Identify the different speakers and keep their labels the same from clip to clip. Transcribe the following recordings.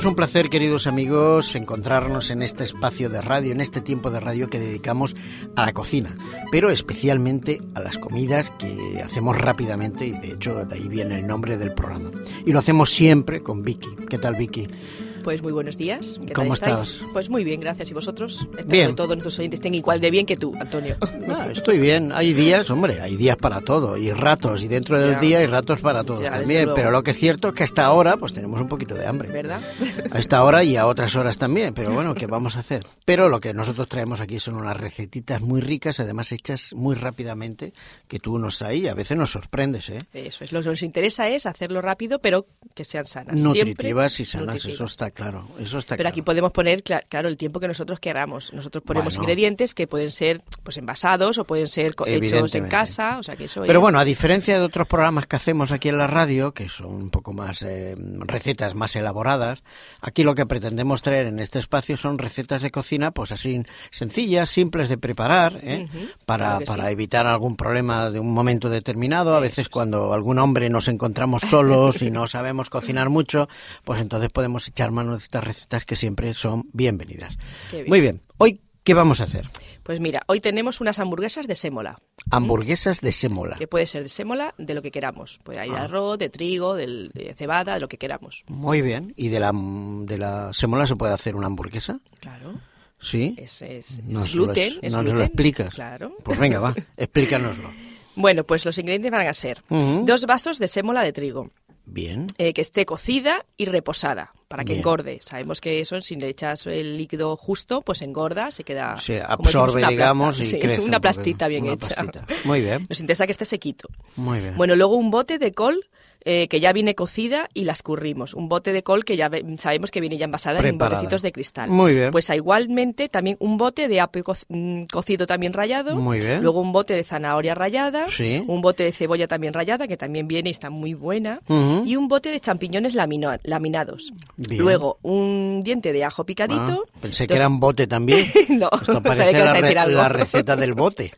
Speaker 1: es un placer, queridos amigos, encontrarnos en este espacio de radio, en este tiempo de radio que dedicamos a la cocina, pero especialmente a las comidas que hacemos rápidamente y de hecho de ahí viene el nombre del programa. Y lo hacemos siempre con Vicky. ¿Qué tal, Vicky?
Speaker 2: Pues muy buenos días. ¿Qué
Speaker 1: ¿Cómo
Speaker 2: tal estáis?
Speaker 1: estás?
Speaker 2: Pues muy bien, gracias. ¿Y vosotros? Espero
Speaker 1: Bien.
Speaker 2: que todos nuestros oyentes estén igual de bien que tú, Antonio.
Speaker 1: Ah, estoy bien. Hay días, hombre, hay días para todo y ratos y dentro del
Speaker 2: Ya.
Speaker 1: día hay ratos para todo
Speaker 2: Ya, desde
Speaker 1: también.
Speaker 2: luego.
Speaker 1: Pero lo que es cierto es que hasta ahora pues tenemos un poquito de hambre.
Speaker 2: ¿Verdad?
Speaker 1: A esta hora y a otras horas también, pero bueno, ¿qué vamos a hacer? Pero lo que nosotros traemos aquí son unas recetitas muy ricas, además hechas muy rápidamente, que tú nos ahí, a veces nos sorprendes, ¿eh?
Speaker 2: Eso es. Lo que nos interesa es hacerlo rápido, pero que sean sanas. Siempre
Speaker 1: Nutritivas y sanas,
Speaker 2: nutritivas.
Speaker 1: eso está claro, eso está
Speaker 2: Pero aquí
Speaker 1: claro.
Speaker 2: podemos poner, cla- claro, el tiempo que nosotros queramos. Nosotros ponemos
Speaker 1: Bueno.
Speaker 2: ingredientes que pueden ser pues envasados o pueden ser co- hechos en
Speaker 1: Evidentemente.
Speaker 2: casa. O sea, que eso
Speaker 1: Pero
Speaker 2: es-
Speaker 1: bueno, a diferencia de otros programas que hacemos aquí en la radio, que son un poco más eh, recetas más elaboradas, aquí lo que pretendemos traer en este espacio son recetas de cocina, pues así sencillas, simples de preparar, ¿eh?
Speaker 2: Ujú,
Speaker 1: para,
Speaker 2: claro que sí.
Speaker 1: para evitar algún problema de un momento determinado. A veces cuando algún hombre nos encontramos solos y no sabemos cocinar mucho, pues entonces podemos echar mano de estas recetas que siempre son bienvenidas.
Speaker 2: Qué bien.
Speaker 1: Muy bien, hoy, ¿qué vamos a hacer?
Speaker 2: Pues mira, hoy tenemos unas hamburguesas de sémola.
Speaker 1: Hamburguesas de sémola.
Speaker 2: que puede ser de sémola, de lo que queramos. Pues hay de
Speaker 1: Ah.
Speaker 2: arroz, de trigo, del- de cebada, de lo que queramos.
Speaker 1: Muy bien. ¿Y de la, de la semola se puede hacer una hamburguesa?
Speaker 2: Claro.
Speaker 1: Sí.
Speaker 2: Es, es- es
Speaker 1: Nos lo
Speaker 2: gluten.
Speaker 1: ex-
Speaker 2: es
Speaker 1: nos lo
Speaker 2: gluten,
Speaker 1: explicas.
Speaker 2: Claro.
Speaker 1: Pues venga, va, explícanoslo.
Speaker 2: Bueno, pues los ingredientes van a ser
Speaker 1: Ujú.
Speaker 2: dos vasos de sémola de trigo,
Speaker 1: Bien.
Speaker 2: eh, que esté cocida y reposada para que
Speaker 1: Bien.
Speaker 2: engorde. Sabemos que eso, si le echas el líquido justo, pues engorda, se queda.
Speaker 1: Se
Speaker 2: como decimos,
Speaker 1: absorbe,
Speaker 2: una plasta.
Speaker 1: digamos, y
Speaker 2: Sí,
Speaker 1: crece.
Speaker 2: Una
Speaker 1: un poco.
Speaker 2: plastita bien
Speaker 1: Una
Speaker 2: hecha.
Speaker 1: plastita. Muy bien,
Speaker 2: Nos interesa que esté sequito.
Speaker 1: muy bien.
Speaker 2: Bueno, luego un bote de col eh, que ya viene cocida y la escurrimos. Un bote de col que ya ve- sabemos que viene ya envasada
Speaker 1: Preparada.
Speaker 2: en botecitos de cristal.
Speaker 1: Muy bien.
Speaker 2: Pues ah, igualmente también un bote de apio co- mm, cocido también rallado.
Speaker 1: Muy bien.
Speaker 2: Luego un bote de zanahoria rallada.
Speaker 1: Sí.
Speaker 2: Un bote de cebolla también rallada que también viene y está muy buena.
Speaker 1: Ujú.
Speaker 2: Y un bote de champiñones lamino- laminados.
Speaker 1: Bien.
Speaker 2: Luego un diente de ajo picadito.
Speaker 1: Ah, pensé que
Speaker 2: Dos-
Speaker 1: era un bote también.
Speaker 2: No,
Speaker 1: Esto
Speaker 2: sabía
Speaker 1: parece
Speaker 2: que ibas
Speaker 1: la,
Speaker 2: a decir
Speaker 1: re-
Speaker 2: algo.
Speaker 1: la receta del bote.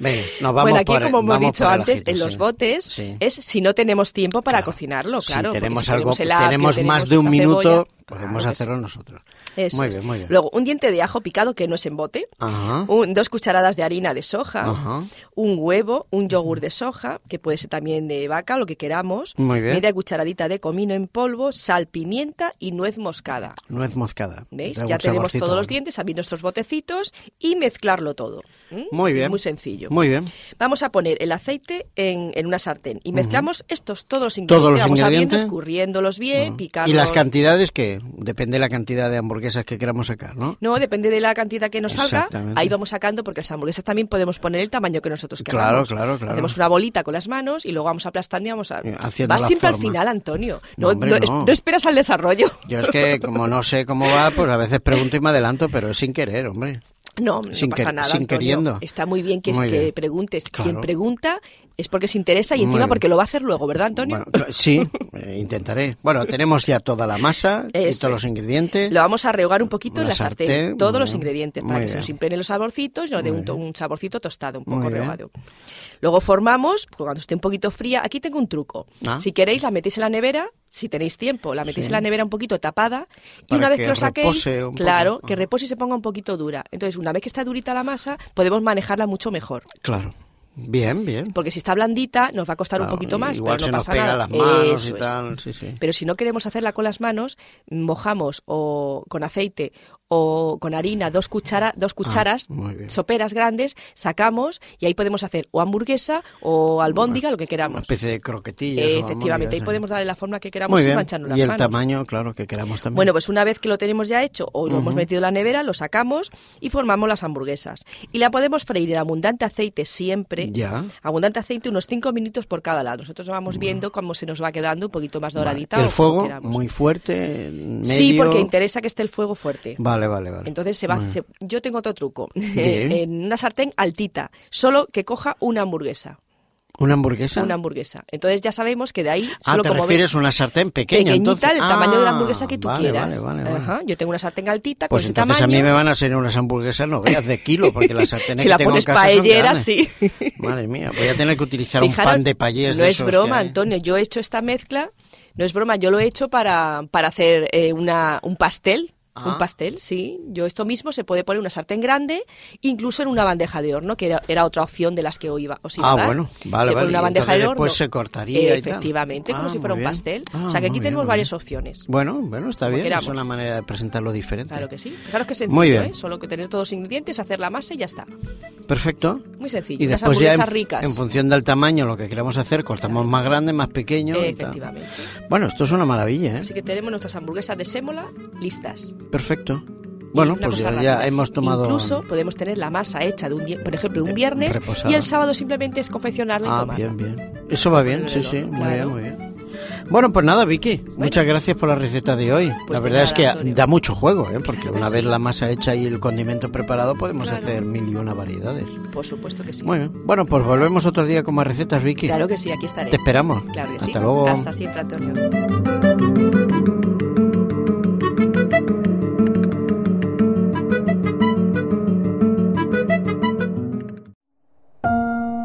Speaker 1: Venga, nos vamos
Speaker 2: bueno, aquí,
Speaker 1: por el-
Speaker 2: como hemos
Speaker 1: vamos
Speaker 2: dicho
Speaker 1: por el
Speaker 2: antes,
Speaker 1: ajito,
Speaker 2: en
Speaker 1: sí.
Speaker 2: los botes
Speaker 1: Sí.
Speaker 2: es si no tenemos tiempo para cocinarlo,
Speaker 1: Si
Speaker 2: claro. porque
Speaker 1: tenemos
Speaker 2: si
Speaker 1: algo,
Speaker 2: el apio,
Speaker 1: tenemos más
Speaker 2: tenemos
Speaker 1: de un
Speaker 2: la
Speaker 1: minuto,
Speaker 2: cebolla,
Speaker 1: podemos
Speaker 2: claro que
Speaker 1: hacerlo nosotros.
Speaker 2: sí. Eso
Speaker 1: muy
Speaker 2: es.
Speaker 1: bien, muy bien.
Speaker 2: Luego, un diente de ajo picado que no es en bote,
Speaker 1: Ajá.
Speaker 2: un- dos cucharadas de harina de soja,
Speaker 1: Ajá.
Speaker 2: un huevo, un yogur de soja, que puede ser también de vaca, lo que queramos,
Speaker 1: Muy bien.
Speaker 2: media cucharadita de comino en polvo, sal, pimienta y nuez moscada.
Speaker 1: Nuez moscada.
Speaker 2: ¿Veis?
Speaker 1: Da un
Speaker 2: Ya tenemos
Speaker 1: saborcito
Speaker 2: todos los
Speaker 1: bueno.
Speaker 2: dientes, aquí nuestros botecitos y mezclarlo todo. ¿Mm?
Speaker 1: Muy bien.
Speaker 2: Muy sencillo.
Speaker 1: Muy bien.
Speaker 2: Vamos a poner el aceite en, en una sartén y mezclamos estos todos los ingredientes.
Speaker 1: Todos los
Speaker 2: Vamos
Speaker 1: ingredientes.
Speaker 2: abriendo, escurriéndolos bien, picarlos.
Speaker 1: Y las cantidades que depende de la cantidad de hamburguesas que queramos sacar, ¿no?
Speaker 2: No, depende de la cantidad que nos salga.
Speaker 1: Exactamente.
Speaker 2: Ahí vamos sacando porque las hamburguesas también podemos poner el tamaño que nosotros
Speaker 1: Claro,
Speaker 2: queramos.
Speaker 1: claro, claro.
Speaker 2: Hacemos una bolita con las manos y luego vamos aplastando y vamos a.
Speaker 1: Haciendo
Speaker 2: Vas
Speaker 1: la
Speaker 2: siempre al
Speaker 1: forma.
Speaker 2: final, Antonio.
Speaker 1: No, hombre,
Speaker 2: es-
Speaker 1: no.
Speaker 2: esperas al desarrollo.
Speaker 1: Yo es que como no sé cómo va, pues a veces pregunto y me adelanto, pero es sin querer, hombre.
Speaker 2: No, no
Speaker 1: Sin
Speaker 2: pasa
Speaker 1: quer-
Speaker 2: nada.
Speaker 1: sin
Speaker 2: Antonio.
Speaker 1: queriendo.
Speaker 2: Está muy bien que,
Speaker 1: Muy
Speaker 2: que
Speaker 1: bien.
Speaker 2: preguntes.
Speaker 1: Claro.
Speaker 2: Quien pregunta es porque se interesa y
Speaker 1: Muy
Speaker 2: encima
Speaker 1: bien.
Speaker 2: porque lo va a hacer luego, ¿verdad, Antonio?
Speaker 1: Bueno, cl- sí, eh, intentaré. Bueno, tenemos ya toda la masa y
Speaker 2: Eso
Speaker 1: todos
Speaker 2: es.
Speaker 1: los ingredientes.
Speaker 2: Lo vamos a rehogar un poquito
Speaker 1: Una
Speaker 2: en la sartén,
Speaker 1: sartén,
Speaker 2: todos
Speaker 1: muy
Speaker 2: los
Speaker 1: bien,
Speaker 2: ingredientes,
Speaker 1: muy
Speaker 2: para que se
Speaker 1: bien.
Speaker 2: nos impregnen los saborcitos y nos dé
Speaker 1: Muy
Speaker 2: un, to-
Speaker 1: bien.
Speaker 2: un saborcito tostado, un poco
Speaker 1: Muy bien.
Speaker 2: rehogado. Luego formamos, cuando esté un poquito fría, aquí tengo un truco.
Speaker 1: Ah.
Speaker 2: Si queréis, la metéis en la nevera, si tenéis tiempo, la metéis en la nevera un poquito tapada y
Speaker 1: Para
Speaker 2: una vez
Speaker 1: que
Speaker 2: que lo saquéis,
Speaker 1: repose un poco.
Speaker 2: claro,
Speaker 1: Ah.
Speaker 2: que repose y se ponga un poquito dura. Entonces, una vez que está durita la masa, podemos manejarla mucho mejor.
Speaker 1: Claro. Bien, bien.
Speaker 2: Porque si está blandita, nos va a costar
Speaker 1: Claro,
Speaker 2: un poquito más,
Speaker 1: Igual
Speaker 2: pero no
Speaker 1: se nos
Speaker 2: pasa
Speaker 1: pega
Speaker 2: nada.
Speaker 1: las manos
Speaker 2: Eso
Speaker 1: y
Speaker 2: es.
Speaker 1: tal. Sí, sí.
Speaker 2: Pero si no queremos hacerla con las manos, mojamos o con aceite o con harina dos, cuchara, dos cucharas,
Speaker 1: Ah, muy bien.
Speaker 2: soperas grandes, sacamos y ahí podemos hacer o hamburguesa o albóndiga, lo que
Speaker 1: Una
Speaker 2: queramos.
Speaker 1: especie de croquetillas. o
Speaker 2: Eh,
Speaker 1: albóndigas,
Speaker 2: efectivamente, ahí
Speaker 1: sí.
Speaker 2: podemos darle la forma que queramos
Speaker 1: Muy
Speaker 2: sin
Speaker 1: bien.
Speaker 2: mancharnos las
Speaker 1: Y el
Speaker 2: manos.
Speaker 1: tamaño, claro, que queramos también.
Speaker 2: Bueno, pues una vez que lo tenemos ya hecho o lo hemos metido en la nevera, lo sacamos y formamos las hamburguesas. Y la podemos freír en abundante aceite siempre.
Speaker 1: Ya.
Speaker 2: Abundante aceite, unos 5 minutos por cada lado. Nosotros vamos viendo cómo se nos va quedando un poquito más
Speaker 1: Vale.
Speaker 2: doradita.
Speaker 1: El
Speaker 2: o como
Speaker 1: fuego
Speaker 2: queramos.
Speaker 1: muy fuerte, medio...
Speaker 2: Sí, porque interesa que esté el fuego fuerte.
Speaker 1: Vale, vale, vale.
Speaker 2: Entonces se va.
Speaker 1: Muy bien.
Speaker 2: se- yo tengo otro truco.
Speaker 1: Bien.
Speaker 2: en una sartén altita, solo que coja una hamburguesa.
Speaker 1: ¿Una hamburguesa?
Speaker 2: Una hamburguesa. Entonces ya sabemos que de ahí
Speaker 1: Ah,
Speaker 2: solo
Speaker 1: te
Speaker 2: como ve-
Speaker 1: refieres a una sartén pequeña,
Speaker 2: pequeñita,
Speaker 1: entonces.
Speaker 2: el tamaño de la
Speaker 1: Ah,
Speaker 2: hamburguesa que tú
Speaker 1: vale,
Speaker 2: quieras.
Speaker 1: Vale, vale, vale.
Speaker 2: Ajá, Yo tengo una sartén altita
Speaker 1: Pues
Speaker 2: con ese
Speaker 1: entonces
Speaker 2: tamaño.
Speaker 1: a mí me van a ser unas hamburguesas, no veas, de kilo, porque las sartenes
Speaker 2: Si
Speaker 1: que
Speaker 2: la
Speaker 1: tengo en
Speaker 2: pones
Speaker 1: casa son
Speaker 2: paellera,
Speaker 1: grandes.
Speaker 2: sí.
Speaker 1: Madre mía, voy a tener que utilizar
Speaker 2: Fijaros,
Speaker 1: un pan de payés
Speaker 2: No
Speaker 1: de
Speaker 2: es
Speaker 1: esos
Speaker 2: broma,
Speaker 1: que hay.
Speaker 2: Antonio. Yo he hecho esta mezcla No es broma, yo lo he hecho para, para hacer eh, una, un pastel
Speaker 1: Ah.
Speaker 2: un pastel, sí. Yo esto mismo se puede poner en una sartén grande, incluso en una bandeja de horno, que era, era otra opción de las que hoy iba. Os iba
Speaker 1: Ah,
Speaker 2: a dar.
Speaker 1: bueno, vale,
Speaker 2: se pone
Speaker 1: vale.
Speaker 2: una
Speaker 1: Y
Speaker 2: bandeja
Speaker 1: entonces
Speaker 2: de horno.
Speaker 1: después se cortaría y tal.
Speaker 2: Efectivamente,
Speaker 1: Ah,
Speaker 2: como si fuera
Speaker 1: muy
Speaker 2: un
Speaker 1: bien.
Speaker 2: pastel.
Speaker 1: Ah,
Speaker 2: o sea
Speaker 1: muy
Speaker 2: que aquí
Speaker 1: bien,
Speaker 2: tenemos
Speaker 1: muy
Speaker 2: varias
Speaker 1: bien.
Speaker 2: opciones.
Speaker 1: Bueno, bueno, está
Speaker 2: Como
Speaker 1: bien. Es
Speaker 2: queramos.
Speaker 1: una manera de presentarlo diferente.
Speaker 2: Claro que sí. Fijaros que es sencillo,
Speaker 1: Muy bien.
Speaker 2: ¿eh? Solo que tener todos los ingredientes, hacer la masa y ya está.
Speaker 1: Perfecto.
Speaker 2: Muy sencillo.
Speaker 1: Y
Speaker 2: unas
Speaker 1: después ya en,
Speaker 2: hamburguesas ricas.
Speaker 1: en función del tamaño, lo que queramos hacer, cortamos más grande, más pequeño. y tal.
Speaker 2: Efectivamente.
Speaker 1: Bueno, esto es una maravilla, ¿eh?
Speaker 2: Así que tenemos nuestras hamburguesas de sémola listas.
Speaker 1: Perfecto. Bueno,
Speaker 2: Una
Speaker 1: pues
Speaker 2: cosa
Speaker 1: ya,
Speaker 2: rápida.
Speaker 1: ya hemos tomado...
Speaker 2: Incluso podemos tener la masa hecha de un día, por ejemplo, un
Speaker 1: De-
Speaker 2: viernes
Speaker 1: reposada.
Speaker 2: y el sábado simplemente es confeccionarla y
Speaker 1: Ah,
Speaker 2: tomarla.
Speaker 1: bien, bien. Eso va bien,
Speaker 2: Ponerlo
Speaker 1: sí,
Speaker 2: en
Speaker 1: sí.
Speaker 2: el horno,
Speaker 1: Muy bien,
Speaker 2: claro.
Speaker 1: muy bien. Bueno, pues nada, Vicky. Muchas gracias por la receta de hoy. la
Speaker 2: Pues de
Speaker 1: verdad es
Speaker 2: nada,
Speaker 1: que
Speaker 2: Antonio.
Speaker 1: da mucho juego, ¿eh? Porque
Speaker 2: Claro que
Speaker 1: una vez
Speaker 2: sí.
Speaker 1: la masa hecha y el condimento preparado podemos
Speaker 2: Claro.
Speaker 1: hacer mil y una variedades.
Speaker 2: Por supuesto que sí.
Speaker 1: Muy bien. Bueno, pues volvemos otro día con más recetas, Vicky.
Speaker 2: Claro que sí, aquí estaré.
Speaker 1: Te esperamos.
Speaker 2: Claro que sí.
Speaker 1: Hasta luego.
Speaker 2: Hasta siempre, Antonio.